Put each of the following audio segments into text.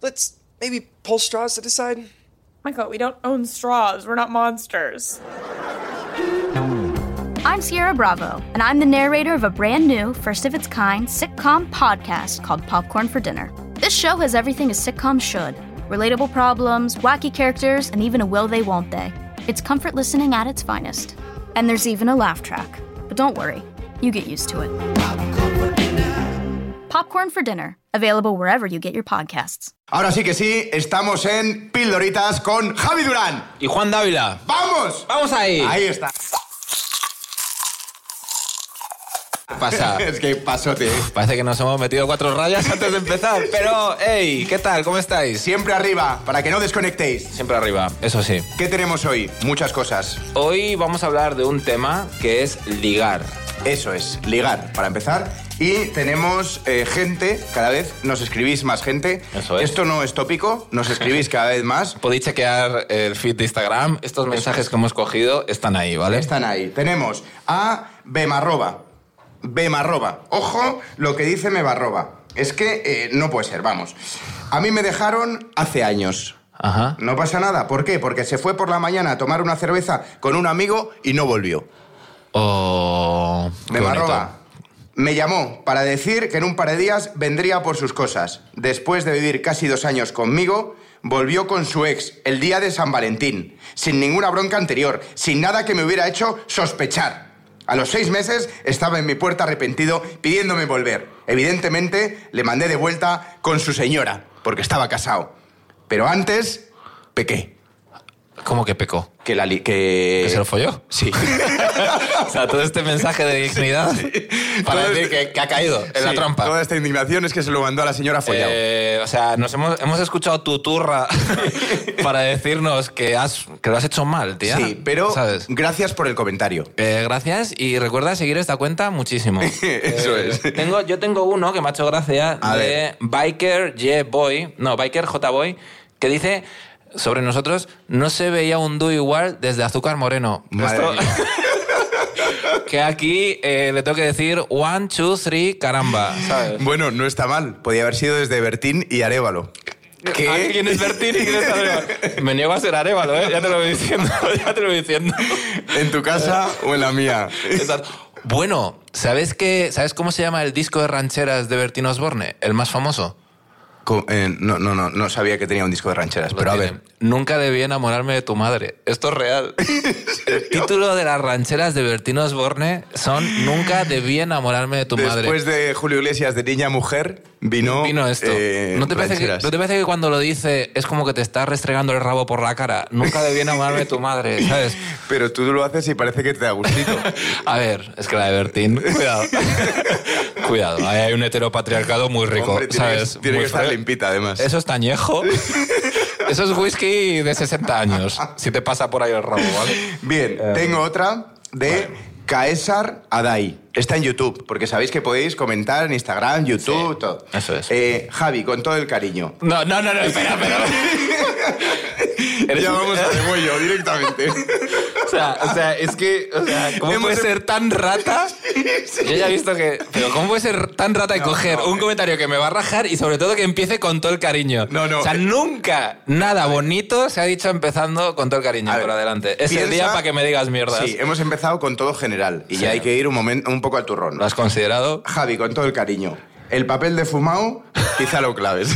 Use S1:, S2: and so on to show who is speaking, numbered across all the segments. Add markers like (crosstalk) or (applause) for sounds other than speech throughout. S1: Let's maybe pull straws to decide.
S2: Michael, we don't own straws. We're not monsters.
S3: I'm Sierra Bravo, and I'm the narrator of a brand new, first of its kind sitcom podcast called Popcorn for Dinner. This show has everything a sitcom should relatable problems, wacky characters, and even a will they won't they. It's comfort listening at its finest. And there's even a laugh track. But don't worry, you get used to it. Popcorn for Dinner, available wherever you get your podcasts.
S4: Ahora sí que sí, estamos en Pildoritas con Javi Durán.
S5: Y Juan Dávila.
S4: ¡Vamos!
S5: ¡Vamos ahí!
S4: Ahí está.
S5: ¿Qué pasa?
S4: es que pasote. ¿eh?
S5: (laughs) Parece que nos hemos metido cuatro rayas antes de (laughs) empezar. Pero, hey, ¿qué tal? ¿Cómo estáis?
S4: Siempre arriba, para que no desconectéis.
S5: Siempre arriba, eso sí.
S4: ¿Qué tenemos hoy? Muchas cosas.
S5: Hoy vamos a hablar de un tema que es ligar.
S4: Eso es, ligar, para empezar. Y tenemos eh, gente, cada vez nos escribís más gente.
S5: Eso es.
S4: Esto no es tópico, nos escribís cada vez
S5: (laughs)
S4: más.
S5: Podéis chequear el feed de Instagram. Estos mensajes que hemos cogido están ahí, ¿vale?
S4: Están ahí. Tenemos a Bemarroba. Bemarroba. Ojo lo que dice Bemarroba. Es que eh, no puede ser, vamos. A mí me dejaron hace años.
S5: Ajá.
S4: No pasa nada. ¿Por qué? Porque se fue por la mañana a tomar una cerveza con un amigo y no volvió.
S5: Oh, qué
S4: Bemarroba. Me llamó para decir que en un par de días vendría por sus cosas. Después de vivir casi dos años conmigo, volvió con su ex el día de San Valentín, sin ninguna bronca anterior, sin nada que me hubiera hecho sospechar. A los seis meses estaba en mi puerta arrepentido pidiéndome volver. Evidentemente le mandé de vuelta con su señora, porque estaba casado. Pero antes, pequé.
S5: bonito. ¿Cómo que pecó?
S4: Que la li- que... (laughs)
S5: ¿Que se lo folló?
S4: Sí.
S5: (laughs) O sea, todo este mensaje de dignidad para
S4: Todo
S5: decir
S4: este-
S5: que, que ha caído en la
S4: Sí,
S5: trampa.
S4: Toda esta indignación es que se lo mandó a la señora follado.
S5: Eh, o sea, nos hemos, hemos escuchado tu turra (laughs) para decirnos que, has, que lo has hecho mal, tía.
S4: Sí, pero
S5: ¿Sabes?
S4: gracias por el comentario.
S5: Eh, gracias y recuerda seguir esta cuenta
S4: (laughs)
S5: muchísimo.
S4: Eso
S5: Eh,
S4: es.
S5: Tengo, yo tengo uno que me ha hecho gracia
S4: A
S5: de
S4: ver.
S5: Biker J Boy, no, Biker J Boy, que dice sobre nosotros, no se veía un do igual desde Azúcar Moreno.
S4: Madre
S5: Nuestro-
S4: mía.
S5: (laughs) que aquí eh, le tengo que decir one, two, three,
S4: (laughs)
S5: caramba, ¿sabes?
S4: Bueno, no está mal. Podía haber sido desde Bertín y Arevalo.
S5: ¿A quién es Bertini y quién es Arevalo? (laughs) Me niego a ser Arevalo, ¿eh? Ya te lo voy diciendo, (laughs) ya te lo voy diciendo.
S4: ¿En tu casa o en la mía?
S5: Exacto. Bueno, ¿sabes qué? ¿Sabes cómo se llama el disco de rancheras de Bertín Osborne? El más famoso.
S4: Co- eh, no, no, no, no sabía que tenía un disco de rancheras, pero a
S5: Tiene,
S4: ver.
S5: Nunca debí enamorarme de tu madre. Esto es real. (laughs) El título de las rancheras de Bertín Osborne son Nunca debí enamorarme de tu
S4: Después
S5: madre.
S4: de Julio Iglesias de Niña a Mujer, vino.
S5: Vino esto.
S4: eh,
S5: ¿No, te parece que,
S4: rancheras.
S5: no te parece que cuando lo dice es como que te está restregando el rabo por la cara? Nunca debí enamorarme de tu madre, ¿sabes?
S4: Pero tú lo haces y parece que te da gustito.
S5: A ver, es que la de
S4: (laughs)
S5: Bertín. Cuidado. Cuidado. Ahí hay un heteropatriarcado muy (laughs) rico.
S4: Hombre, tiene que-
S5: ¿sabes?
S4: tiene
S5: Muy
S4: que estar
S5: fre-
S4: limpita, además.
S5: Eso es
S4: (laughs)
S5: tañejo. Eso es whisky de 60 años. Si te pasa por ahí el rabo, ¿vale?
S4: Bien,
S5: Eh,
S4: tengo otra de Caesar Adai. Está en YouTube, porque sabéis que podéis comentar en Instagram, YouTube,
S5: Sí,
S4: todo.
S5: eso es.
S4: Eh, Javi, con todo el cariño.
S5: No, no, no, no,
S4: (laughs)
S5: espera, espera. Eres-
S4: Ya
S5: (laughs)
S4: vamos a degüello directamente.
S5: O sea, o sea, es que, o sea, ¿cómo
S4: Hemos- em-
S5: puede ser
S4: (laughs)
S5: tan rata? Yo ya he visto que. Pero, ¿cómo puede ser tan rata y
S4: No,
S5: coger
S4: no,
S5: un
S4: eh.
S5: comentario que me va a rajar y sobre todo que empiece con todo el cariño?
S4: No, no,
S5: O sea,
S4: eh.
S5: nunca nada bonito se ha dicho empezando con todo el cariño.
S4: A ver,
S5: Pero adelante. Es el
S4: piensa-
S5: día para que me digas mierdas.
S4: Sí, hemos empezado con todo general y
S5: Sí.
S4: ya hay que ir un, momento, un poco al turrón.
S5: ¿Lo has
S4: (laughs)
S5: considerado?
S4: Javi, con todo el cariño. El papel de fumado, quizá lo
S5: (laughs)
S4: claves.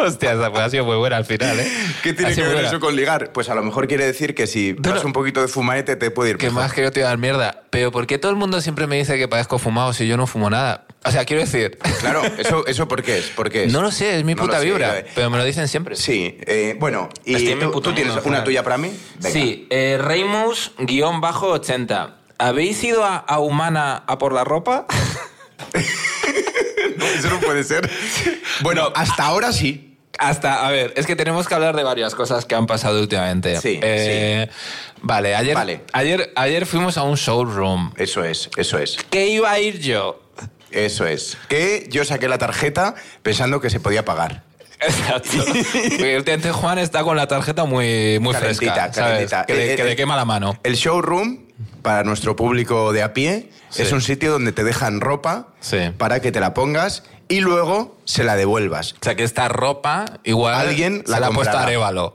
S5: Hostia, esa fue- ha sido muy buena al final, ¿eh?
S4: ¿Qué
S5: Ha
S4: tiene que
S5: sido
S4: ver
S5: buena.
S4: eso con ligar? Pues a lo mejor quiere decir que si
S5: No,
S4: das
S5: no.
S4: un poquito de fumaete te puede ir
S5: Que
S4: mejor.
S5: más que yo te iba a dar mierda. Pero ¿por qué todo el mundo siempre me dice que padezco fumado si yo no fumo nada? O sea, quiero decir.
S4: Claro, ¿eso, eso por qué es? ¿Por qué (laughs) es?
S5: No lo sé, es mi
S4: No lo
S5: puta
S4: sé, eh.
S5: vibra.
S4: ya ve.
S5: pero me lo dicen siempre.
S4: Sí, eh, bueno,
S5: Es que
S4: y
S5: mi
S4: tú,
S5: puto
S4: tú tienes
S5: mundo,
S4: una
S5: claro.
S4: tuya para mí. Venga.
S5: Sí, eh, Reymus-80. ¿Habéis ido a, a Humana a por la ropa?
S4: (laughs)
S5: (laughs)
S4: Eso no puede
S5: (laughs)
S4: ser. Bueno, hasta ahora sí.
S5: Hasta, a ver, es que tenemos que hablar de varias cosas que han pasado últimamente.
S4: Sí,
S5: Eh, Vale, ayer,
S4: Vale.
S5: Ayer, ayer fuimos a un showroom.
S4: Eso es, eso es,
S5: ¿Qué iba a ir yo? (laughs)
S4: eso es. Que yo saqué la tarjeta pensando que se podía pagar.
S5: Exacto. Porque últimamente Juan está con la tarjeta muy, muy
S4: Calentita,
S5: Pues fresca. ¿sabes?
S4: calentita.
S5: Que, le,
S4: Eh,
S5: que le
S4: eh,
S5: quema la mano.
S4: El showroom, para nuestro público de a pie,
S5: Sí.
S4: es un sitio donde te dejan ropa
S5: Sí.
S4: para que te la pongas y luego se la devuelvas.
S5: O sea, que esta ropa igual
S4: Alguien
S5: se
S4: la
S5: la ha puesto
S4: comprará. Eh,
S5: Arevalo.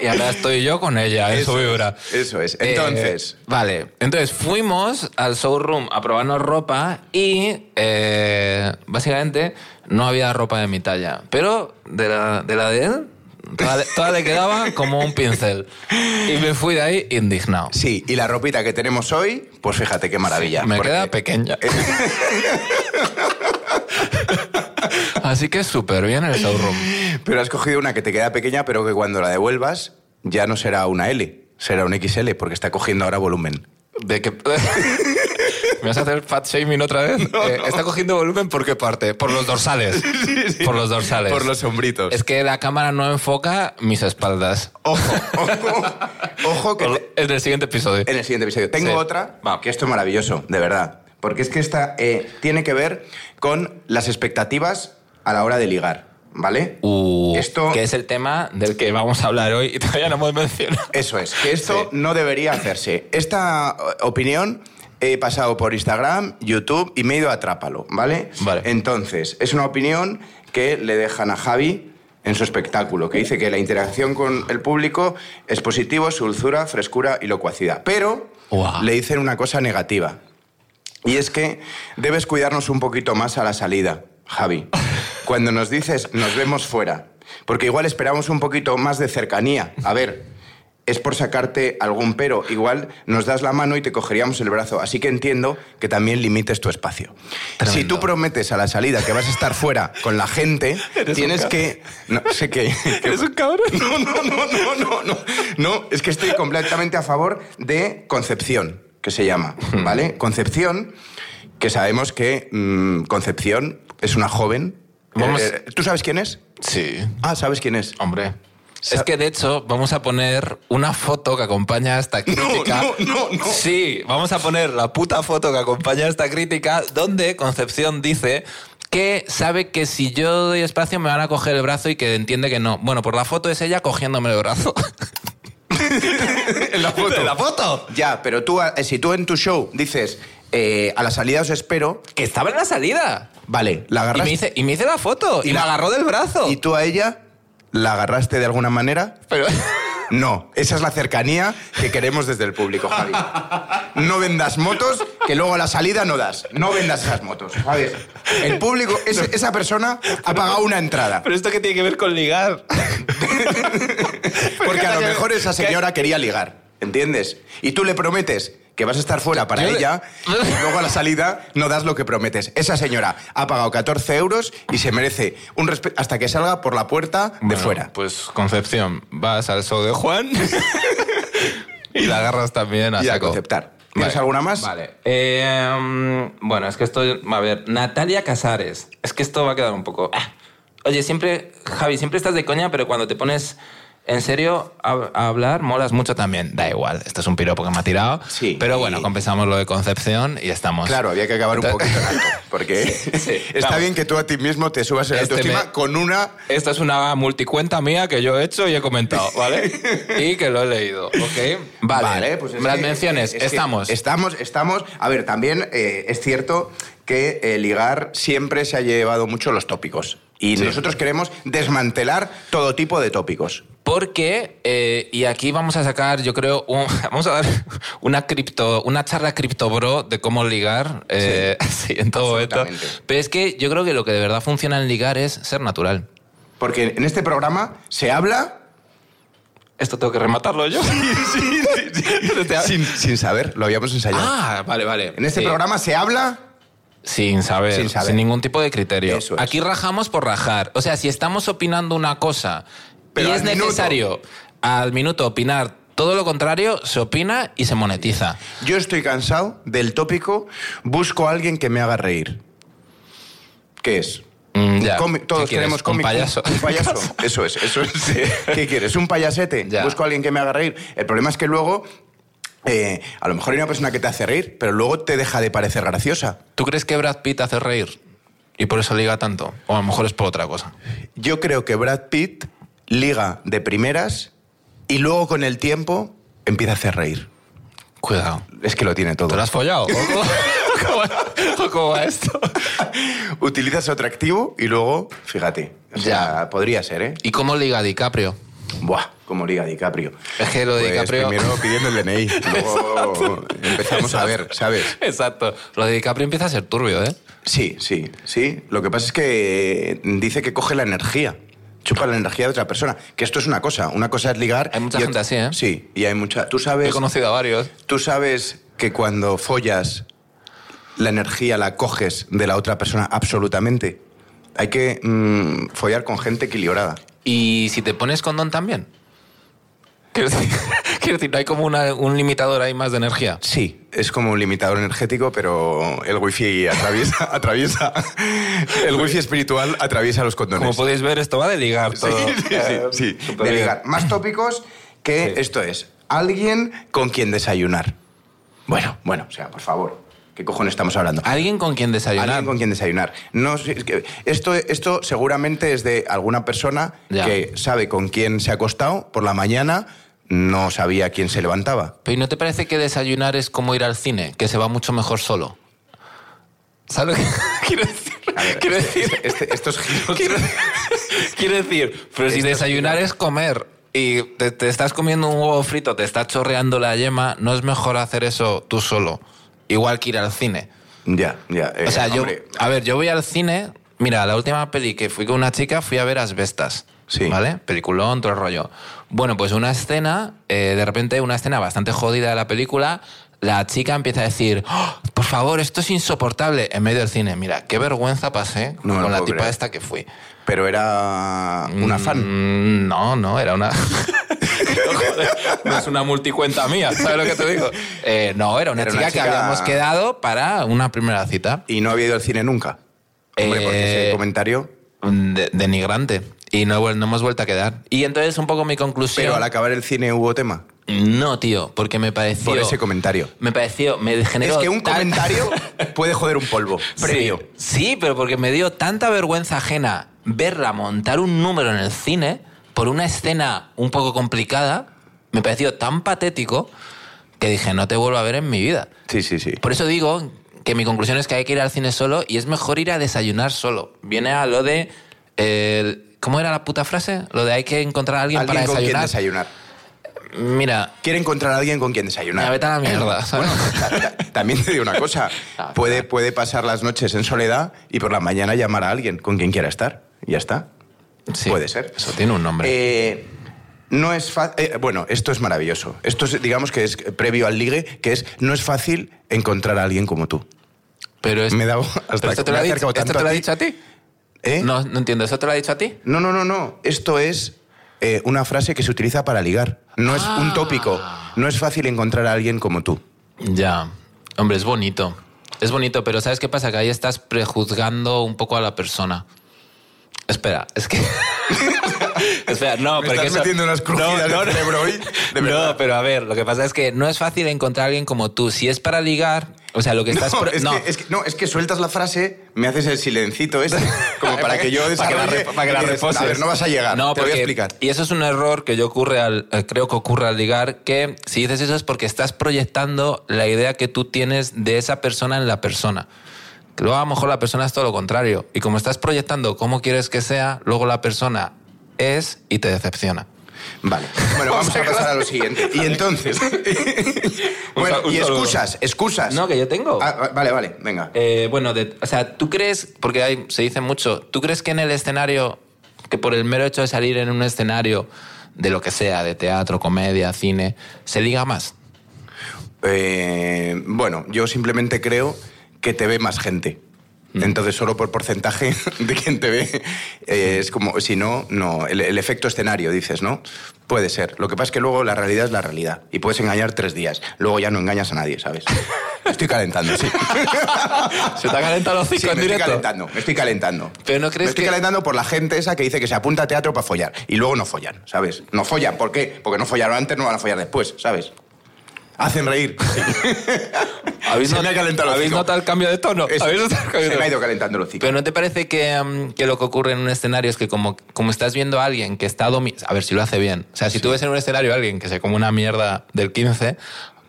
S5: y ahora estoy yo con ella,
S4: Eso
S5: eso,
S4: es,
S5: vibra.
S4: eso es. Entonces.
S5: Eh, vale, entonces fuimos al showroom a probarnos ropa y eh, básicamente no había ropa de mi talla, pero de la de, la de él toda, le- toda le quedaba como un pincel. Y me fui de ahí indignado.
S4: Sí, y la ropita que tenemos hoy, pues fíjate qué maravilla.
S5: me
S4: porque-
S5: queda pequeña. (laughs) Así que súper bien el showroom.
S4: Pero has cogido una que te queda pequeña, pero que cuando la devuelvas ya no será una L, será un XL, porque está cogiendo ahora volumen.
S5: De que... (laughs) ¿Me vas a hacer fat shaming otra vez? Eh, Está cogiendo volumen por qué parte? Por
S4: (laughs)
S5: los dorsales. Por los dorsales.
S4: Por los hombritos.
S5: Es que la cámara no enfoca mis espaldas.
S4: Ojo, ojo, ojo que... te-
S5: En el siguiente episodio.
S4: En el siguiente episodio. Tengo
S5: Sí.
S4: otra,
S5: Va.
S4: que esto es maravilloso, de verdad. Porque es que esta eh, tiene que ver con las expectativas a la hora de ligar, ¿vale?
S5: Uh,
S4: Esto-
S5: Que es el tema del que vamos a hablar hoy y (laughs) todavía no hemos mencionado.
S4: Eso es, que esto
S5: Sí.
S4: no debería hacerse. Esta eh, opinión he pasado por Instagram, YouTube y me he ido a Trápalo, ¿vale?
S5: Vale.
S4: Entonces, es una opinión que le dejan a Javi en su espectáculo, que dice que la interacción con el público es positivo, su dulzura, frescura y locuacidad. Pero
S5: Guau.
S4: le dicen una cosa negativa. Y es que debes cuidarnos un poquito más a la salida,
S5: (laughs)
S4: Javi. Cuando nos dices nos vemos fuera, porque igual esperamos un poquito más de cercanía. A ver, es por sacarte algún pero. Igual nos das la mano y te cogeríamos el brazo. Así que entiendo que también limites tu espacio. Si
S5: Tremendo.
S4: tú prometes a la salida que vas a estar fuera con la
S5: (laughs)
S4: gente, tienes que... No, sé que...
S5: ¿Eres un cabrón?
S4: (laughs) No, no, no, no, no, no. No, es que estoy completamente a favor de Concepción, que se llama, ¿vale? Concepción, que sabemos que mm, Concepción es una joven.
S5: Vamos-
S4: Eh, ¿Tú sabes quién es?
S5: Sí.
S4: Ah, ¿sabes quién es?
S5: Hombre.
S4: Sa-
S5: Es que de hecho vamos a poner una foto que acompaña
S4: (laughs)
S5: a esta crítica.
S4: no, no.
S5: Sí, vamos a poner la puta foto que acompaña a esta crítica donde Concepción dice que sabe que si yo doy espacio me van a coger el brazo y que entiende que no. Bueno, por la foto es ella cogiéndome el (laughs) brazo.
S4: En la foto.
S5: (laughs) ¿En la foto?
S4: Ya, pero tú, eh, si tú en tu show dices, eh, a la salida os espero,
S5: Que estaba en la salida.
S4: vale, la
S5: Y
S4: agarras.
S5: me, hice, y me hice la foto y,
S4: Y
S5: la
S4: la-
S5: agarró del brazo.
S4: ¿Y tú a ella la agarraste de alguna manera?
S5: Pero...
S4: No, esa es la cercanía que queremos desde el público, Javi. No vendas motos que luego a la salida no das. No vendas esas motos, ¿sabes? El público, ese- esa persona ha pagado una entrada.
S5: (laughs) Pero esto que tiene que ver con ligar.
S4: Porque a lo mejor esa señora quería ligar, ¿entiendes? Y tú le prometes que vas a estar fuera para
S5: Yo le- (laughs)
S4: ella y luego a la salida no das lo que prometes. Esa señora ha pagado 14 euros y se merece un respeto hasta que salga por la puerta de
S5: Bueno,
S4: fuera.
S5: Pues Concepción, vas al show de (laughs) Juan y la agarras también a
S4: Y a
S5: saco.
S4: conceptar. ¿Tienes alguna más?
S5: Vale. Eh, mm, bueno, es que esto. A ver, Natalia Casares. Es que esto va a quedar un poco. ah. Oye, siempre, Javi, siempre estás de coña, pero cuando te pones en serio a, a hablar, molas mucho también. Da igual, esto es un piropo que me ha tirado.
S4: Sí.
S5: Pero bueno, compensamos lo de Concepción y estamos.
S4: Claro, había que acabar un
S5: Entonces-
S4: poquito en alto, porque
S5: (laughs) sí,
S4: está
S5: vamos.
S4: bien que tú a ti mismo te subas el
S5: Este
S4: autoestima
S5: me-
S4: con una...
S5: Esta es una multicuenta mía que yo he hecho y he comentado,
S4: (laughs)
S5: ¿vale? y que lo he leído, ¿ok? Vale,
S4: pues es
S5: las
S4: que-
S5: menciones,
S4: es que
S5: estamos.
S4: Estamos, estamos... A ver, también eh, es cierto que eh, ligar siempre se ha llevado mucho los tópicos. Y
S5: Sí.
S4: nosotros queremos desmantelar todo tipo de tópicos.
S5: Porque, eh, y aquí vamos a sacar, yo creo, un- (laughs) vamos a dar una cripto, una charla cripto bro de cómo ligar eh, (laughs) sí, en todo momento.
S4: Absolutamente.
S5: Pero es que yo creo que lo que de verdad funciona en ligar es ser natural.
S4: Porque en este programa se habla
S5: (laughs) Esto tengo que rematarlo (laughs) yo.
S4: (laughs) sin, sin saber, lo habíamos ensayado.
S5: Ah, vale, vale.
S4: en este
S5: Sí.
S4: programa se habla...
S5: Sin saber, sin
S4: Sin saber.
S5: ningún tipo de criterio.
S4: Eso es.
S5: Aquí rajamos por rajar. O sea, si estamos opinando una cosa
S4: Pero
S5: y
S4: al
S5: es necesario al minuto opinar todo lo contrario, se opina y se monetiza.
S4: Yo estoy cansado del tópico busco a alguien que me haga reír. ¿Qué es?
S5: Mm, ya.
S4: Comi-
S5: ¿Qué
S4: todos
S5: quieres?
S4: queremos
S5: ¿Un
S4: cómic-
S5: payaso?
S4: Un payaso. eso es, eso es. (laughs) ¿Qué quieres? ¿Un payasete?
S5: Ya.
S4: Busco a alguien que me haga reír. El problema es que luego, eh, a lo mejor hay una persona que te hace reír, pero luego te deja de parecer graciosa.
S5: (laughs) ¿Tú crees que Brad Pitt hace reír? Y por eso liga tanto. O a lo mejor es por otra cosa.
S4: Yo creo que Brad Pitt liga de primeras y luego con el tiempo empieza a hacer reír.
S5: Cuidado.
S4: Es que lo tiene todo.
S5: ¿Te lo has follado? ¿Cómo, (laughs) va- cómo va esto?
S4: Utilizas otro activo y luego, fíjate. O sea, podría ser, ¿eh?
S5: ¿Y cómo liga DiCaprio?
S4: Buah, como liga DiCaprio.
S5: Es que lo de
S4: Pues
S5: DiCaprio-
S4: Primero pidiendo el DNI, luego empezamos a ver, ¿sabes?
S5: (laughs) Exacto. Lo de DiCaprio empieza a ser turbio, ¿eh?
S4: Sí, sí, sí. Lo que pasa es que eh, dice que coge la energía. Chupa la energía de otra persona. Que esto es una cosa. Una cosa es ligar.
S5: Hay mucha
S4: y
S5: gente
S4: ot-
S5: así, ¿eh?
S4: Sí, y hay mucha. Tú
S5: He
S4: sabes.
S5: conocido a varios.
S4: Tú sabes que cuando follas, la energía la coges de la otra persona absolutamente. Hay que mm, follar con gente equilibrada.
S5: ¿Y si te pones condón también? Quiero decir, (laughs) quiero decir, no hay como una- un limitador ahí más de energía.
S4: Sí, es como un limitador energético, pero el wifi atraviesa, (laughs) atraviesa el wifi espiritual atraviesa los condones.
S5: Como podéis ver, esto va de ligar
S4: Sí,
S5: todo. Eh,
S4: sí, sí, sí.
S5: Súper
S4: De
S5: bien.
S4: ligar. Eh, Más tópicos que
S5: Sí.
S4: esto es alguien con quien desayunar. Bueno, bueno, o sea, por favor, ¿qué cojones estamos hablando?
S5: Alguien con quien desayunar.
S4: Alguien con quien desayunar. No, sí, es que esto, esto seguramente es de alguna persona
S5: Ya.
S4: que sabe con quién se ha acostado por la mañana, no sabía quién se levantaba.
S5: Pero ¿y no te parece que desayunar es como ir al cine? Que se va mucho mejor solo. ¿Sabes lo que (laughs) quiero decir? Quiero decir,
S4: Este- estos giros.
S5: quiero, quiero decir, pero si desayunar es comer y te, te estás comiendo un huevo frito, te está chorreando la yema, ¿no es mejor hacer eso tú solo? Igual que ir al cine.
S4: Ya, ya. eh,
S5: O sea, yo,
S4: hombre,
S5: a ver, yo voy al cine. Mira, la última peli que fui con una chica fui a ver Asbestas.
S4: Sí.
S5: ¿Vale? Peliculón, todo el rollo. Bueno, pues una escena, eh, de repente, una escena bastante jodida de la película. La chica empieza a decir, "Oh, por favor, esto es insoportable en medio del cine. Mira, qué vergüenza pasé
S4: No me lo
S5: con la
S4: puedo
S5: tipa
S4: creer.
S5: esta que fui.
S4: Pero era una fan.
S5: Mm, No, no,
S4: (laughs)
S5: era una. No, joder, no es una multicuenta mía, ¿sabes lo que te digo? Eh, no, era una,
S4: Era una
S5: chica que
S4: chica-
S5: habíamos quedado para una primera cita.
S4: Y no había ido al cine nunca. Hombre, porque
S5: Eh,
S4: ese comentario.
S5: Mm, de- denigrante. Y no, he vuel- no hemos vuelto a quedar. Y entonces un poco mi conclusión...
S4: Pero al acabar el cine hubo tema.
S5: No, tío, porque me pareció...
S4: Por ese comentario.
S5: Me pareció, me generó...
S4: es que un
S5: tal- (laughs)
S4: comentario puede joder un polvo.
S5: Sí,
S4: Previo.
S5: Sí, pero porque me dio tanta vergüenza ajena verla montar un número en el cine por una escena un poco complicada, me pareció tan patético que dije, no te vuelvo a ver en mi vida.
S4: Sí, sí, sí.
S5: Por eso digo que mi conclusión es que hay que ir al cine solo y es mejor ir a desayunar solo. Viene a lo de. el- ¿Cómo era la puta frase? Lo de hay que encontrar a alguien,
S4: Alguien
S5: para
S4: con quien
S5: desayunar.
S4: desayunar.
S5: Mira,
S4: Quiere encontrar a alguien con quien
S5: me
S4: desayunar.
S5: vete a la mierda. ¿sabes?
S4: Ta- También te digo una cosa.
S5: (laughs) Ah,
S4: Puede, puede pasar las noches en soledad y por la mañana llamar a alguien con quien quiera estar. Y Ya está.
S5: Sí,
S4: puede ser.
S5: Eso tiene un nombre.
S4: Eh, no es fácil. bueno, esto es maravilloso. Esto es, digamos que es previo al ligue, que es no es fácil encontrar a alguien como tú.
S5: pero es-
S4: me he dado hasta
S5: pero
S4: que
S5: esto te lo
S4: me he
S5: ha dicho,
S4: acercado
S5: esto
S4: tanto
S5: te lo
S4: a
S5: ha
S4: ti.
S5: dicho a ti.
S4: ¿Eh?
S5: No, no entiendo. ¿Eso te lo ha dicho a ti?
S4: No, no, no, no. Esto es eh, una frase que se utiliza para ligar. No es un tópico. No es fácil encontrar a alguien como tú.
S5: Ya. Hombre, es bonito. Es bonito, pero ¿sabes qué pasa? Que ahí estás prejuzgando un poco a la persona. Espera, es que. (laughs) Espera, no,
S4: Me estás
S5: porque. eso-
S4: metiendo unas crujidas de cerebro hoy, de verdad.
S5: No, pero a ver, lo que pasa es que no es fácil encontrar a alguien como tú. Si es para ligar, o sea, lo que estás.
S4: No,
S5: pro-
S4: es
S5: no.
S4: Que, es que- no, es que sueltas la frase, me haces el silencito ese, como para que yo
S5: (laughs) Para que la
S4: desarrolle
S5: re- para que la
S4: y dices,
S5: reposes.
S4: A ver, no vas a llegar,
S5: No,
S4: te voy a
S5: porque-
S4: explicar.
S5: Y eso es un error que yo ocurre al, eh, creo que ocurre al ligar, que si dices eso es porque estás proyectando la idea que tú tienes de esa persona en la persona. Que luego a lo mejor la persona es todo lo contrario. Y como estás proyectando cómo quieres que sea, luego la persona es y te decepciona.
S4: Vale, bueno, vamos a pasar a lo siguiente. Y entonces... (laughs)
S5: (laughs)
S4: bueno,
S5: Un sa- un
S4: y
S5: saludo.
S4: excusas, excusas.
S5: No, que yo tengo.
S4: Ah, va- vale, vale, venga.
S5: Eh, bueno, de- o sea, ¿tú crees, porque hay- se dice mucho, ¿tú crees que en el escenario, que por el mero hecho de salir en un escenario de lo que sea, de teatro, comedia, cine, se liga más?
S4: Eh, bueno, yo simplemente creo que te ve más gente.
S5: Mm.
S4: Entonces, solo por porcentaje (laughs) de quien te ve, eh, es como, si no, no, el, el efecto escenario, dices, ¿no? Puede ser. Lo que pasa es que luego la realidad es la realidad y puedes engañar tres días. Luego ya no engañas a nadie,
S5: (laughs)
S4: ¿sabes? Estoy calentando, sí.
S5: Se (laughs) te ha calentado los
S4: Sí,
S5: cinco
S4: me
S5: en
S4: estoy
S5: directo.
S4: calentando, me estoy calentando.
S5: Pero no
S4: me
S5: crees
S4: estoy
S5: que-
S4: calentando por la gente esa que dice que se apunta a teatro para follar y luego no follan, ¿sabes? No follan, ¿por qué? Porque no follaron antes, no van a follar después, ¿sabes? Hacen reír.
S5: ¿Habéis,
S4: Se
S5: not-
S4: me ha calentado el
S5: ¿habéis
S4: hocico.
S5: notado el cambio de tono?
S4: Eso.
S5: ¿Habéis notado el cambio de
S4: Se me
S5: tono?
S4: ha ido calentando el hocico.
S5: Pero ¿no te parece que, mm, que lo que ocurre en un escenario es que como, como estás viendo a alguien que está domi A ver si lo hace bien. O sea, si tú ves en un escenario a alguien que se come una mierda del 15,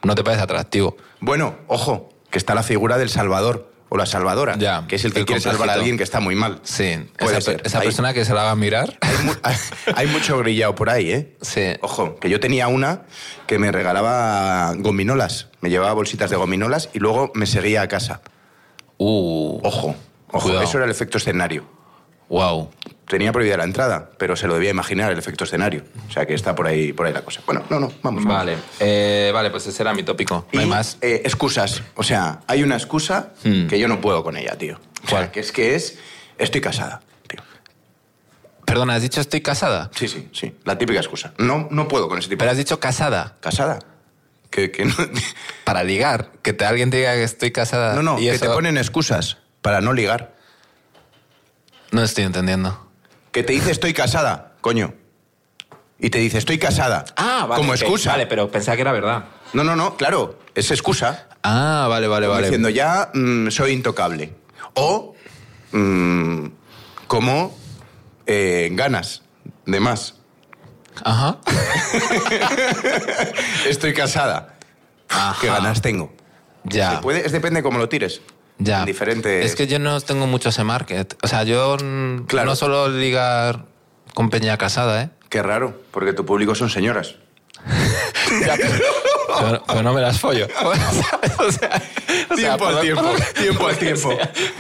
S5: no te parece atractivo.
S4: Bueno, ojo, que está la figura del salvador o la salvadora,
S5: Ya,
S4: que es el que
S5: el
S4: quiere salvar a
S5: complejito.
S4: alguien que está muy mal.
S5: Sí,
S4: Puede
S5: esa,
S4: ser.
S5: per- esa
S4: Ahí-
S5: persona que se la va a mirar.
S4: Hay, mu- hay mucho grillado por ahí, ¿eh?
S5: Sí.
S4: Ojo, que yo tenía una que me regalaba gominolas. Me llevaba bolsitas de gominolas y luego me seguía a casa.
S5: Uh,
S4: Ojo, ojo.
S5: Cuidado.
S4: Eso era el efecto escenario.
S5: wow.
S4: Tenía prohibida la entrada, pero se lo debía imaginar el efecto escenario. O sea que está por ahí, por ahí la cosa. Bueno, no, no, vamos.
S5: Vale, eh, vale, pues ese era mi tópico.
S4: Y,
S5: No hay más.
S4: eh, excusas. O sea, hay una excusa
S5: Hmm.
S4: que yo no puedo con ella, tío. O sea,
S5: ¿Cuál?
S4: que es que es. Estoy casada, tío.
S5: Perdona, has dicho estoy casada.
S4: Sí, sí, sí. La típica excusa. No, no puedo con ese tipo.
S5: Pero has dicho casada.
S4: ¿Casada? Que, que no.
S5: Para ligar. Que te, alguien te diga que estoy casada.
S4: No, no,
S5: Ah, y
S4: que
S5: eso-
S4: te ponen excusas para no ligar.
S5: No estoy entendiendo.
S4: Que te dice estoy casada, coño. Y te dice estoy casada.
S5: Ah,
S4: Como excusa.
S5: pero pensaba que era verdad.
S4: No, no, no, claro. Es excusa.
S5: Ah, vale, vale,
S4: Como
S5: vale.
S4: Diciendo ya mm, soy intocable. O mm, como eh, ganas de más.
S5: Ajá.
S4: Estoy casada. ¿Qué ganas tengo?
S5: Ya.
S4: Se puede- es depende cómo lo tires.
S5: Ya.
S4: Diferente.
S5: Es que yo no tengo mucho ese market. O sea, yo mm,
S4: Claro.
S5: no solo ligar con peña casada, ¿eh?
S4: Qué raro, porque tu público son señoras.
S5: Pero, pero no me las follo. (laughs) O sea, o sea,
S4: tiempo al
S5: por-
S4: tiempo, (laughs) tiempo al
S5: (laughs)
S4: tiempo,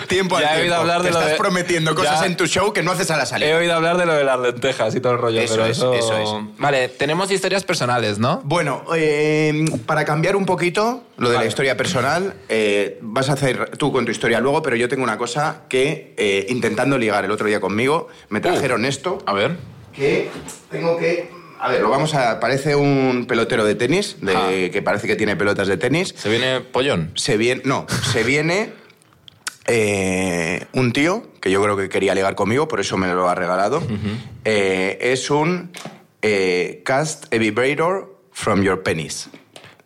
S4: tiempo al
S5: Ya he oído
S4: tiempo.
S5: hablar de
S4: Te
S5: lo
S4: estás
S5: de-
S4: prometiendo cosas
S5: Ya.
S4: en tu show que no haces a la
S5: He
S4: salida.
S5: oído hablar de lo de las lentejas y todo el rollo,
S4: Eso
S5: pero
S4: es,
S5: eso...
S4: eso es.
S5: Vale, tenemos historias personales, ¿no?
S4: Bueno, eh, para cambiar un poquito lo de la
S5: Vale.
S4: historia personal, eh, vas a hacer tú con tu historia luego, pero yo tengo una cosa que, eh, intentando ligar el otro día conmigo, me trajeron esto,
S5: A ver.
S4: que tengo que... A ver, lo vamos a... Parece un pelotero de tenis, de,
S5: Ah.
S4: que parece que tiene pelotas de tenis.
S5: Se viene pollón.
S4: Se viene... No, se viene eh, un tío, que yo creo que quería ligar conmigo, por eso me lo ha regalado. Eh, es un eh, cast a vibrator from your penis.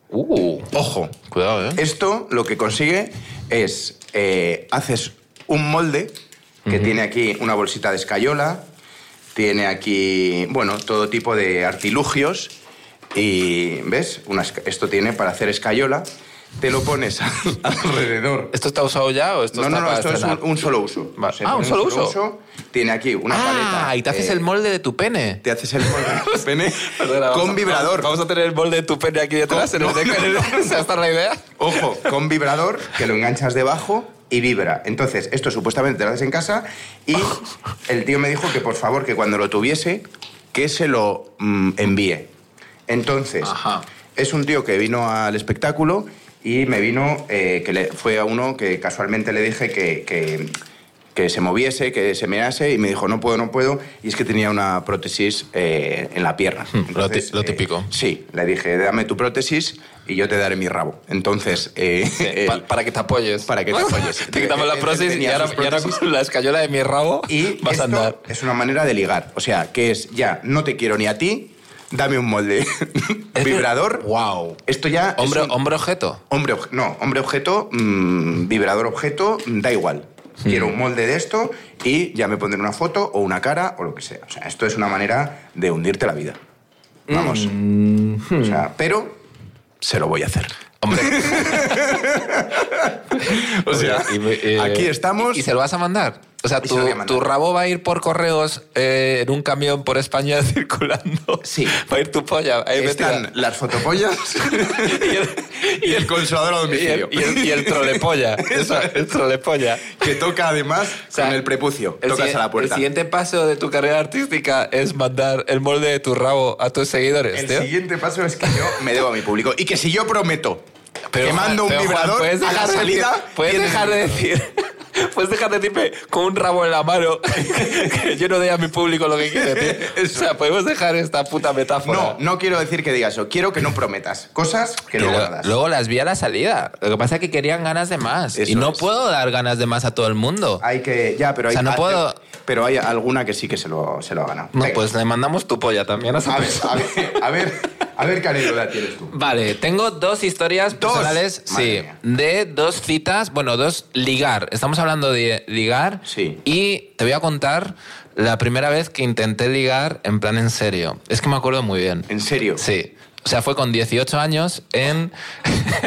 S5: Uh,
S4: Ojo,
S5: cuidado, ¿eh?
S4: esto lo que consigue es, eh, haces un molde que tiene aquí una bolsita de escayola, tiene aquí, bueno, todo tipo de artilugios y, ¿ves? Una esca- esto tiene para hacer escayola, te lo pones al- (laughs) alrededor.
S5: ¿Esto está usado ya o esto
S4: No,
S5: está
S4: no, no,
S5: para
S4: esto es un,
S5: estrenar?
S4: un solo uso.
S5: Va-
S4: Se
S5: ah,
S4: pone
S5: ¿un solo uso?
S4: Tiene aquí una paleta.
S5: Ah, y te haces
S4: eh,
S5: el molde de tu pene.
S4: Te haces el
S5: (laughs)
S4: molde pene
S5: Perdona, vamos a-
S4: con vibrador.
S5: Vamos a tener el molde de tu pene aquí detrás.
S4: Con-
S5: en el
S4: no,
S5: deco- en el- o (laughs) sea, ¿Esta es la idea?
S4: Ojo, con vibrador que lo enganchas debajo y vibra. Entonces, esto supuestamente te lo haces en casa y el tío me dijo que por favor, que cuando lo tuviese, que se lo mm, envíe. Entonces,
S5: Ajá.
S4: es un tío que vino al espectáculo y me vino, eh, que le, fue a uno que casualmente le dije que, que, que se moviese, que se mirase y me dijo, no puedo, no puedo. Y es que tenía una prótesis eh, en la pierna. eh,
S5: Hmm, lo ti- lo típico.
S4: Sí, le dije, dame tu prótesis y yo te daré mi rabo. Entonces, (laughs) eh, él-
S5: Pa- para que te apoyes.
S4: Para
S5: (laughs)
S4: que te apoyes.
S5: te quitamos la
S4: Él
S5: prótesis y
S4: tenía
S5: ahora,
S4: sus
S5: y ahora
S4: prótesis.
S5: con (laughs) la escayola de mi rabo
S4: y
S5: (laughs) vas
S4: esto
S5: a andar.
S4: es una manera de ligar. O sea, que es ya, no te quiero ni a ti, dame un molde (laughs) vibrador.
S5: Wow.
S4: Esto ya es
S5: Hombre,
S4: un-
S5: hombre objeto.
S4: hombre obje- no, hombre objeto, mm, vibrador objeto, mm, da igual. Quiero un molde de esto y ya me pondré una foto o una cara o lo que sea. O sea, esto es una manera de hundirte la vida. Vamos. O sea, pero se lo voy a hacer. (laughs)
S5: Mm-hmm. Hombre.
S4: O sea,
S5: Y me- eh,
S4: aquí estamos.
S5: Y, y se lo vas a mandar. O sea,
S4: Y se lo
S5: tu,
S4: voy a mandar.
S5: tu rabo va a ir por correos eh, en un camión por España (laughs) circulando.
S4: Sí.
S5: Va a ir tu polla. ahí
S4: están
S5: metida.
S4: las fotopollas
S5: (laughs) Y el, y el-
S4: consolador a
S5: y el- y el- y
S4: (laughs)
S5: el trolepolla. Eso, el trolepolla.
S4: que toca además
S5: O sea,
S4: con el prepucio.
S5: el
S4: Tocas
S5: si-
S4: a la puerta.
S5: El siguiente paso de tu carrera artística es mandar el molde de tu rabo a tus seguidores,
S4: El
S5: tío.
S4: siguiente paso es que yo me debo a mi público. Y que si yo prometo
S5: Pero,
S4: que
S5: Juan,
S4: mando un
S5: pero, Juan,
S4: vibrador
S5: puedes
S4: a la
S5: dejar de decir-
S4: salida,
S5: puedes
S4: tienes-
S5: dejar de decir. (laughs) Puedes dejar de decirme con un rabo en la mano (laughs) que yo no dé a mi público lo que quiere (laughs) decir. O sea, podemos dejar esta puta metáfora.
S4: No, no quiero decir que digas eso. Quiero que no prometas cosas que
S5: Pero
S4: luego no das.
S5: luego las vi a la salida. Lo que pasa es que querían ganas de más. y
S4: Eso
S5: no
S4: es.
S5: puedo dar ganas de más a todo el mundo.
S4: Hay que. Ya, pero
S5: O
S4: hay.
S5: sea, no puedo-
S4: Pero hay alguna que sí que se lo, se lo ha ganado.
S5: No,
S4: Venga.
S5: pues le mandamos tu polla también a esa
S4: A ver,
S5: persona.
S4: a ver, a ver, a ver qué anécdota tienes tú.
S5: Vale, tengo dos historias
S4: Dos.
S5: personales,
S4: Madre
S5: sí,
S4: mía.
S5: de dos citas, bueno, dos ligar. Estamos hablando de ligar.
S4: Sí.
S5: Y te voy a contar la primera vez que intenté ligar en plan en serio. Es que me acuerdo muy bien.
S4: ¿En serio?
S5: Sí. O sea, fue con 18 años en... (laughs)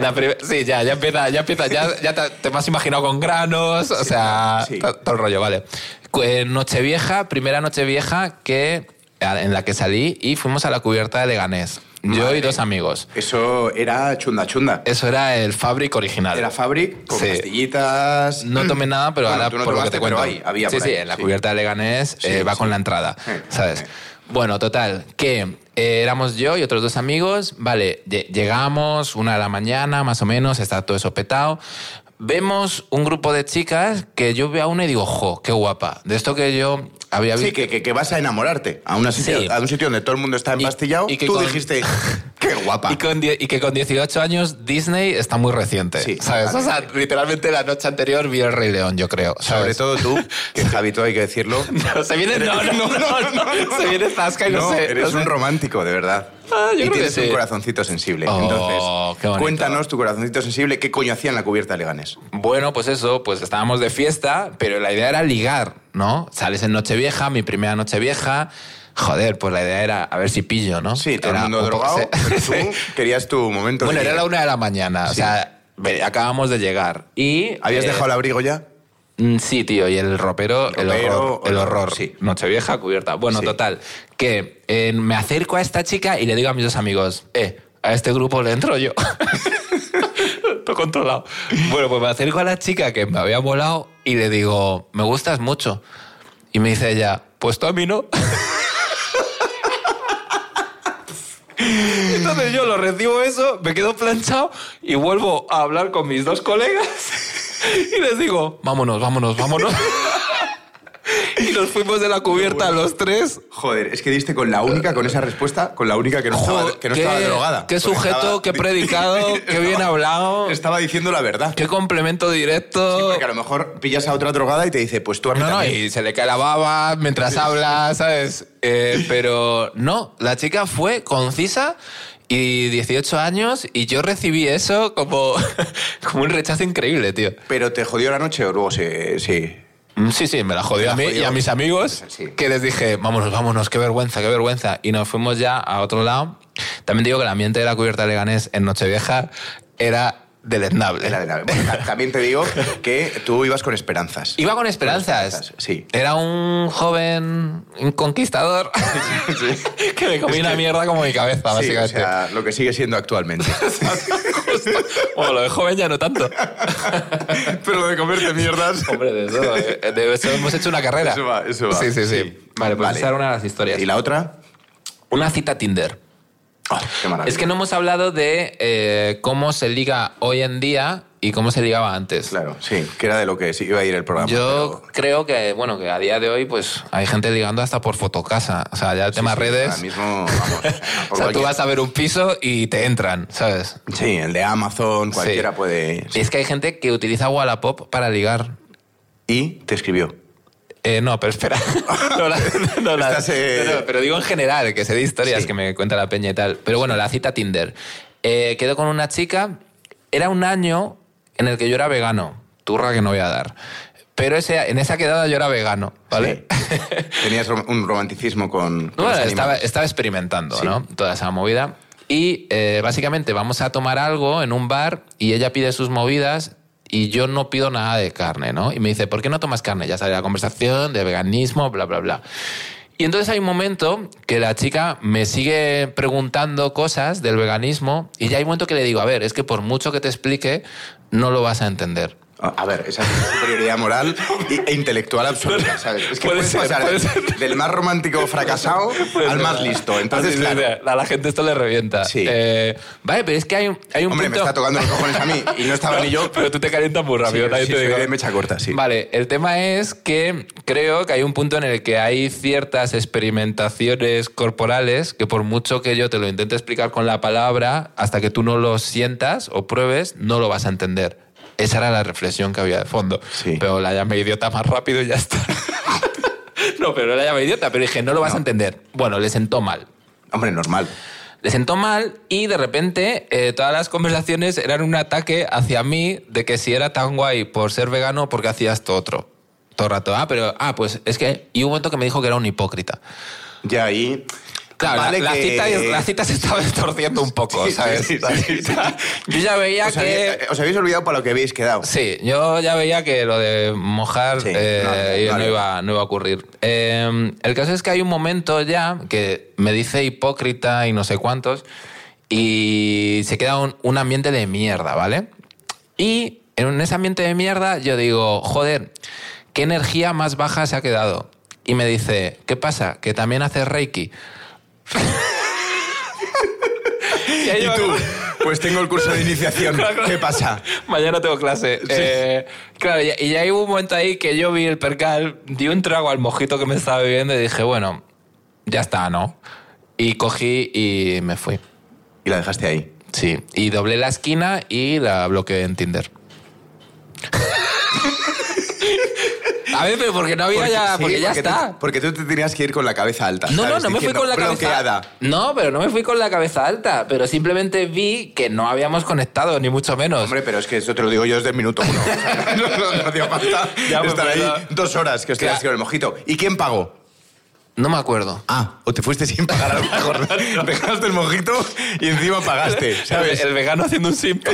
S5: la prim- sí, ya, ya empieza, ya empieza, ya, ya te, te me has imaginado con granos, o sea,
S4: sí.
S5: to- todo el rollo, vale. Cu- eh, Nochevieja, primera nochevieja que, a- en la que salí y fuimos a la cubierta de Leganés. Yo
S4: Madre.
S5: y dos amigos.
S4: Eso era chunda chunda.
S5: Eso era el Fabric original.
S4: Era Fabric con
S5: Sí.
S4: pastillitas.
S5: No tomé nada, pero
S4: Mm. Bueno,
S5: ahora
S4: tú no
S5: por lo que
S4: tomaste,
S5: te cuento.
S4: pero ahí, había
S5: sí,
S4: por
S5: sí,
S4: ahí,
S5: en la
S4: sí.
S5: cubierta de Leganés
S4: Sí,
S5: eh, va
S4: sí.
S5: con la entrada,
S4: Sí,
S5: ¿sabes?
S4: sí.
S5: Bueno, total, que eh, éramos yo y otros dos amigos, vale, lle- llegamos una de la mañana más o menos, está todo eso petado. Vemos un grupo de chicas que yo veo a una y digo, jo, qué guapa. De esto que yo había visto.
S4: Sí, que, que, que vas a enamorarte a, una sitio-
S5: Sí.
S4: a un sitio donde todo el mundo está
S5: Y-
S4: empastillado.
S5: y que
S4: tú
S5: con- (laughs)
S4: dijiste, qué guapa.
S5: Y, con die- y que con 18 años Disney está muy reciente.
S4: Sí,
S5: ¿sabes? O sea, literalmente la noche anterior vi el Rey León, yo creo.
S4: Sobre
S5: ¿sabes?
S4: todo tú, (laughs) que Javi, todo hay que (laughs) decirlo.
S5: No, se viene. (laughs) No, no, no, no,
S4: (laughs)
S5: Se viene Zasca y no, sé.
S4: Eres
S5: no
S4: un
S5: sé.
S4: romántico, de verdad.
S5: Ah, yo
S4: y
S5: creo que
S4: tienes un
S5: sí.
S4: corazoncito sensible.
S5: Oh, qué
S4: Entonces,
S5: bonito.
S4: cuéntanos tu corazoncito sensible, qué coño hacía en la cubierta de Leganés.
S5: Bueno, pues eso, pues estábamos de fiesta, pero la idea era ligar, ¿no? Sales en Nochevieja, mi primera Nochevieja. Joder, pues la idea era a ver si pillo, ¿no?
S4: Sí, todo
S5: Era
S4: el mundo
S5: un poco-
S4: drogado,
S5: se- (laughs)
S4: pero (laughs)
S5: se-
S4: tú querías tu momento.
S5: Bueno,
S4: de
S5: era la
S4: ligue.
S5: una de la mañana, o sea, ve- acabamos de llegar. Y.
S4: ¿Habías
S5: eh,
S4: dejado el abrigo ya?
S5: Mm, Sí, tío, y el ropero, el
S4: Ropero,
S5: horror. El
S4: horror,
S5: horror.
S4: sí.
S5: Nochevieja cubierta. Bueno,
S4: Sí.
S5: total. Que eh, me acerco a esta chica y le digo a mis dos amigos, eh, a este grupo le entro yo. (laughs) Todo controlado. Bueno, pues me acerco a la chica que me había volado y le digo, me gustas mucho. Y me dice ella, pues tú a mí no. (laughs) Entonces yo lo recibo eso, me quedo planchado y vuelvo a hablar con mis dos colegas (laughs) y les digo, vámonos, vámonos, vámonos. y nos fuimos de la cubierta los tres.
S4: Joder, es que diste con la única, con esa respuesta, con la única que no,
S5: Jo,
S4: estaba, que no
S5: qué-
S4: estaba drogada. Porque
S5: Qué sujeto,
S4: estaba- (laughs)
S5: qué predicado, qué bien hablado,
S4: Estaba diciendo la verdad.
S5: qué complemento directo.
S4: Porque a lo mejor pillas a otra drogada y te dice, pues tú a mí
S5: No, no,
S4: también.
S5: y se le cae la baba mientras habla, ¿sabes? Eh, pero no, la chica fue concisa y 18 años y yo recibí eso como, (laughs) como un rechazo increíble, tío.
S4: Pero te jodió la noche o luego sí. sí.
S5: Mm, Sí, sí, me la jodió
S4: la
S5: a mí
S4: jodió.
S5: y a mis amigos
S4: Sí.
S5: que les dije, vámonos, vámonos, qué vergüenza, qué vergüenza. Y nos fuimos ya a otro lado. También digo que el ambiente de la cubierta de Leganés en Nochevieja era deleznable.
S4: Era de la- bueno, ta- también te digo que tú ibas con esperanzas.
S5: Iba con esperanzas.
S4: sí.
S5: Era un joven un
S4: (laughs)
S5: conquistador que me comí una mierda como mi cabeza,
S4: Sí, o
S5: básicamente.
S4: sea, lo que sigue siendo actualmente.
S5: Bueno, lo de joven ya no tanto.
S4: (laughs) Pero de comerte mierdas.
S5: Hombre, de eso, eh, de eso hemos hecho una carrera.
S4: Eso va, eso va.
S5: Sí, sí, sí.
S4: Sí.
S5: Vale, pues
S4: Vale.
S5: esa era una de las historias.
S4: ¿Y la otra?
S5: Una cita Tinder.
S4: Ah, qué maravilla.
S5: Es que no hemos hablado de eh, cómo se liga hoy en día y cómo se ligaba antes.
S4: Claro, sí, que era de lo que sí iba a ir el programa.
S5: Yo
S4: pero-
S5: creo que, bueno, que a día de hoy, pues hay gente ligando hasta por fotocasa. O sea, ya el tema
S4: sí,
S5: redes. (laughs)
S4: Ahora mismo, vamos.
S5: O sea, tú vas a ver un piso y te entran, ¿sabes?
S4: Sí, el de Amazon, cualquiera
S5: Sí.
S4: puede.
S5: Y es que hay gente que utiliza Wallapop para ligar.
S4: Y te escribió.
S5: Eh, no,
S4: (laughs)
S5: pero espera. No, la- no, la-
S4: Estás, eh,
S5: no, no, pero digo en general, que sé de historias
S4: Sí.
S5: que me cuenta la peña y tal. Pero bueno, la cita Tinder. Eh, quedo con una chica. Era un año en el que yo era vegano. Turra que no voy a dar. Pero ese, en esa quedada yo era vegano, ¿vale?
S4: Sí. Tenías rom- un romanticismo con. con
S5: Bueno,
S4: los
S5: estaba,
S4: animales.
S5: estaba experimentando,
S4: Sí.
S5: ¿no? Toda esa movida. Y eh, básicamente vamos a tomar algo en un bar y ella pide sus movidas y yo no pido nada de carne, ¿no? Y me dice, ¿por qué no tomas carne? Ya sale la conversación de veganismo, bla, bla, bla. Y entonces hay un momento que la chica me sigue preguntando cosas del veganismo y ya hay un momento que le digo, a ver, es que por mucho que te explique, no lo vas a entender.
S4: A a ver, esa es una superioridad moral y- e intelectual absoluta,
S5: (laughs)
S4: ¿sabes? Es que
S5: Puede
S4: puedes
S5: ser,
S4: pasar
S5: puede
S4: del- del más romántico fracasado
S5: Pues,
S4: al más listo.
S5: (laughs)
S4: Entonces,
S5: Sí, sí,
S4: claro,
S5: sí, a la gente esto le revienta.
S4: Sí.
S5: Eh, vale, pero es que hay, un- hay un
S4: hombre, me
S5: punto...
S4: está tocando los cojones a mí y no estaba ni yo.
S5: Pero tú te calientas muy rápido,
S4: Sí,
S5: también
S4: sí,
S5: te
S4: soy
S5: digo.
S4: de mecha corta, sí.
S5: Vale, el tema es que creo que hay un punto en el que hay ciertas experimentaciones corporales que por mucho que yo te lo intente explicar con la palabra, hasta que tú no lo sientas o pruebes, no lo vas a entender. Esa era la reflexión que había de fondo.
S4: Sí.
S5: Pero la llamé idiota más rápido y ya está. (laughs) no, pero no la llamé idiota, pero dije, no lo vas a entender. Bueno, le sentó mal
S4: Hombre, normal.
S5: le sentó mal y de repente eh, todas las conversaciones eran un ataque hacia mí de que si era tan guay por ser vegano, ¿por qué hacías esto otro? Todo el rato. Ah, pero, ah, pues es que. Y hubo un momento que me dijo que era un hipócrita.
S4: Ya ahí.
S5: Claro,
S4: Vale
S5: la, la
S4: que-
S5: cita, la cita se estaba (laughs) estorciendo un poco,
S6: Sí, sí,
S5: ¿sabes?
S6: sí, sí,
S5: La
S6: sí,
S5: cita- (laughs) Yo ya veía
S4: Os,
S5: que...
S4: habéis, eh, os habéis olvidado para lo que habéis quedado.
S5: Sí, yo ya veía que lo de mojar
S4: Sí,
S5: eh,
S4: vale,
S5: yo no,
S4: vale.
S5: iba, no iba a ocurrir. Eh, el caso es que hay un momento ya que me dice hipócrita y no sé cuántos y se queda un, un ambiente de mierda, ¿vale? Y en ese ambiente de mierda yo digo, joder, ¿qué energía más baja se ha quedado? Y me dice, ¿qué pasa? ¿Que también haces Reiki? (laughs) y ahí
S4: ¿Y
S5: yo-
S4: tú? Pues tengo el curso de iniciación.
S5: (laughs) Claro, claro.
S4: ¿Qué pasa?
S5: (laughs) Mañana tengo clase. Eh, claro, y, y ahí hubo un momento ahí que yo vi el percal, di un trago al mojito que me estaba bebiendo y dije, bueno, ya está, ¿no? Y cogí y me fui.
S4: Y la dejaste ahí.
S5: Sí. Y doblé la esquina y la bloqueé en Tinder. (laughs) A ver, pero porque no había
S4: Porque-
S5: ya.
S4: sí,
S5: porque ya
S4: tú-
S5: está.
S4: porque tú te tenías que ir con la cabeza alta.
S5: No, no,
S4: ¿sabes?
S5: no me fui
S4: Diciendo,
S5: con la
S4: "Bloqueada".
S5: cabeza. No, pero no me fui con la cabeza alta. Pero simplemente vi que no habíamos conectado, ni mucho menos.
S4: Hombre, pero es que eso te lo digo yo desde el minuto
S5: (laughs)
S4: uno. (laughs) no, no, no hacía falta
S5: Ya, pues,
S4: estar ahí
S5: verdad.
S4: dos horas que estuvieras
S5: Claro.
S4: con el mojito. ¿Y quién pagó?
S5: No me acuerdo.
S4: Ah, o te fuiste sin pagar
S5: (laughs)
S4: a lo mejor. Dejaste el mojito y encima pagaste, ¿sabes?
S5: (laughs) El, vegano haciendo un simp.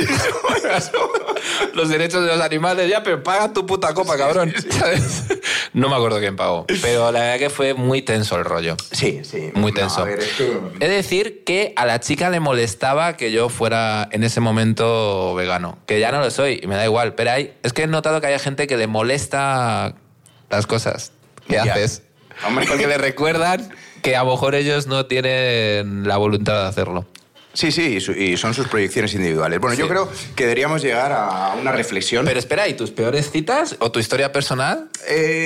S5: (laughs) los derechos de los animales, ya, pero paga tu puta copa, cabrón. ¿Sabes? No me acuerdo quién pagó. Pero la verdad que fue muy tenso el rollo.
S4: Sí, sí.
S5: Muy
S4: No,
S5: tenso.
S4: a ver, esto-
S5: Es decir, que a la chica le molestaba que yo fuera en ese momento vegano. Que ya no lo soy y me da igual. Pero hay, es que he notado que hay gente que le molesta las cosas que
S4: Ya.
S5: haces.
S4: Hombre.
S5: Porque le recuerdan que a lo mejor ellos no tienen la voluntad de hacerlo.
S4: Sí, sí, y, su- y son sus proyecciones individuales. Bueno, yo
S5: Sí.
S4: creo que deberíamos llegar a una reflexión.
S5: Pero espera, ¿y tus peores citas o tu historia personal?
S4: Eh,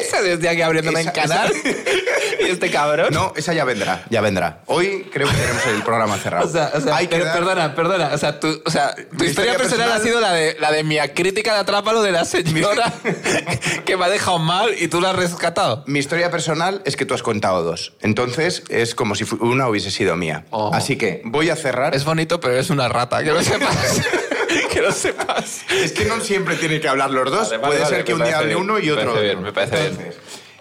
S5: Esa desde aquí abriéndome en
S4: Esa-
S5: canal. (laughs) y este cabrón.
S4: no, esa ya vendrá, ya vendrá. Hoy creo que tenemos el programa cerrado.
S5: (laughs) O sea, o sea,
S4: Hay que
S5: pero
S4: dar-
S5: perdona, perdona. O sea, tu, o sea, tu historia,
S4: historia
S5: personal,
S4: personal-
S5: ha sido la de, la de mi crítica de Atrápalo de
S4: (laughs)
S5: la señora que me ha dejado mal y tú la has rescatado.
S4: Mi historia personal es que tú has contado dos. Entonces es como si fu- una hubiese sido mía.
S5: Oh.
S4: Así que voy a cerrar.
S5: Es bonito, pero es una rata. Que
S4: (laughs)
S5: lo sepas. que lo sepas.
S4: Es que no siempre tienen que hablar los dos.
S5: Vale, vale,
S4: Puede
S5: vale,
S4: ser que
S5: me
S4: un día
S5: parece
S4: hable
S5: bien,
S4: uno y
S5: me
S4: otro.
S5: parece bien,
S4: otro.
S5: me parece bien.
S4: Entonces,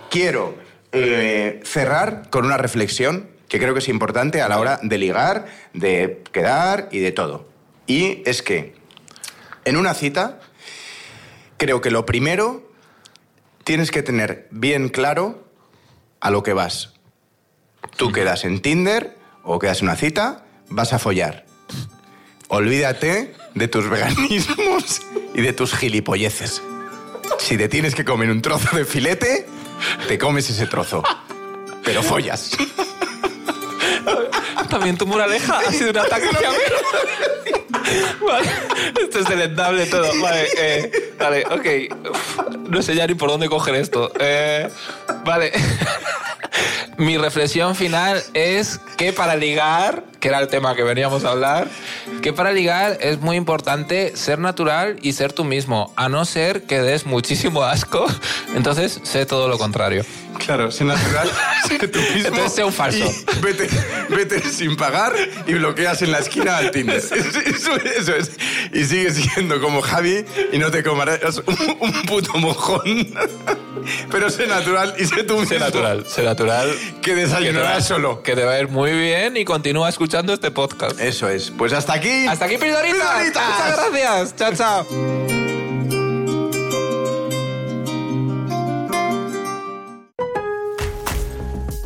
S4: Quiero eh, cerrar con una reflexión que creo que es importante a la hora de ligar, de quedar y de todo. Y es que en una cita, creo que lo primero tienes que tener bien claro a lo que vas. Tú quedas en Tinder o quedas en una cita, vas a follar. Olvídate de tus veganismos y de tus gilipolleces. Si te tienes que comer un trozo de filete, te comes ese trozo. Pero follas.
S5: También tu moraleja ha sido un ataque hacia mí. Vale, esto es deleznable todo. Vale, eh, vale, ok. Uf, no sé ya ni por dónde coger esto. Eh, vale. (laughs) Mi reflexión final es que para ligar, que era el tema que veníamos a hablar, que para ligar es muy importante ser natural y ser tú mismo, a no ser que des muchísimo asco, entonces sé todo lo contrario.
S4: Claro, sé (laughs) natural, sé tú mismo.
S5: Entonces sé un falso.
S4: y Vete, vete sin pagar y bloqueas en la esquina al Tinder. Eso, eso es. Y sigues siendo como Javi y no te comerás un, un puto mojón. Pero sé natural y sé tú mismo.
S5: Sé natural, sé natural.
S4: Que desayunarás
S5: va-
S4: solo.
S5: Que te va a ir muy bien y continúa escuchando este podcast.
S4: Eso es. Pues hasta aquí.
S5: Hasta aquí, Pildoritas.
S4: Pildoritas.
S5: Muchas gracias. Chao, chao.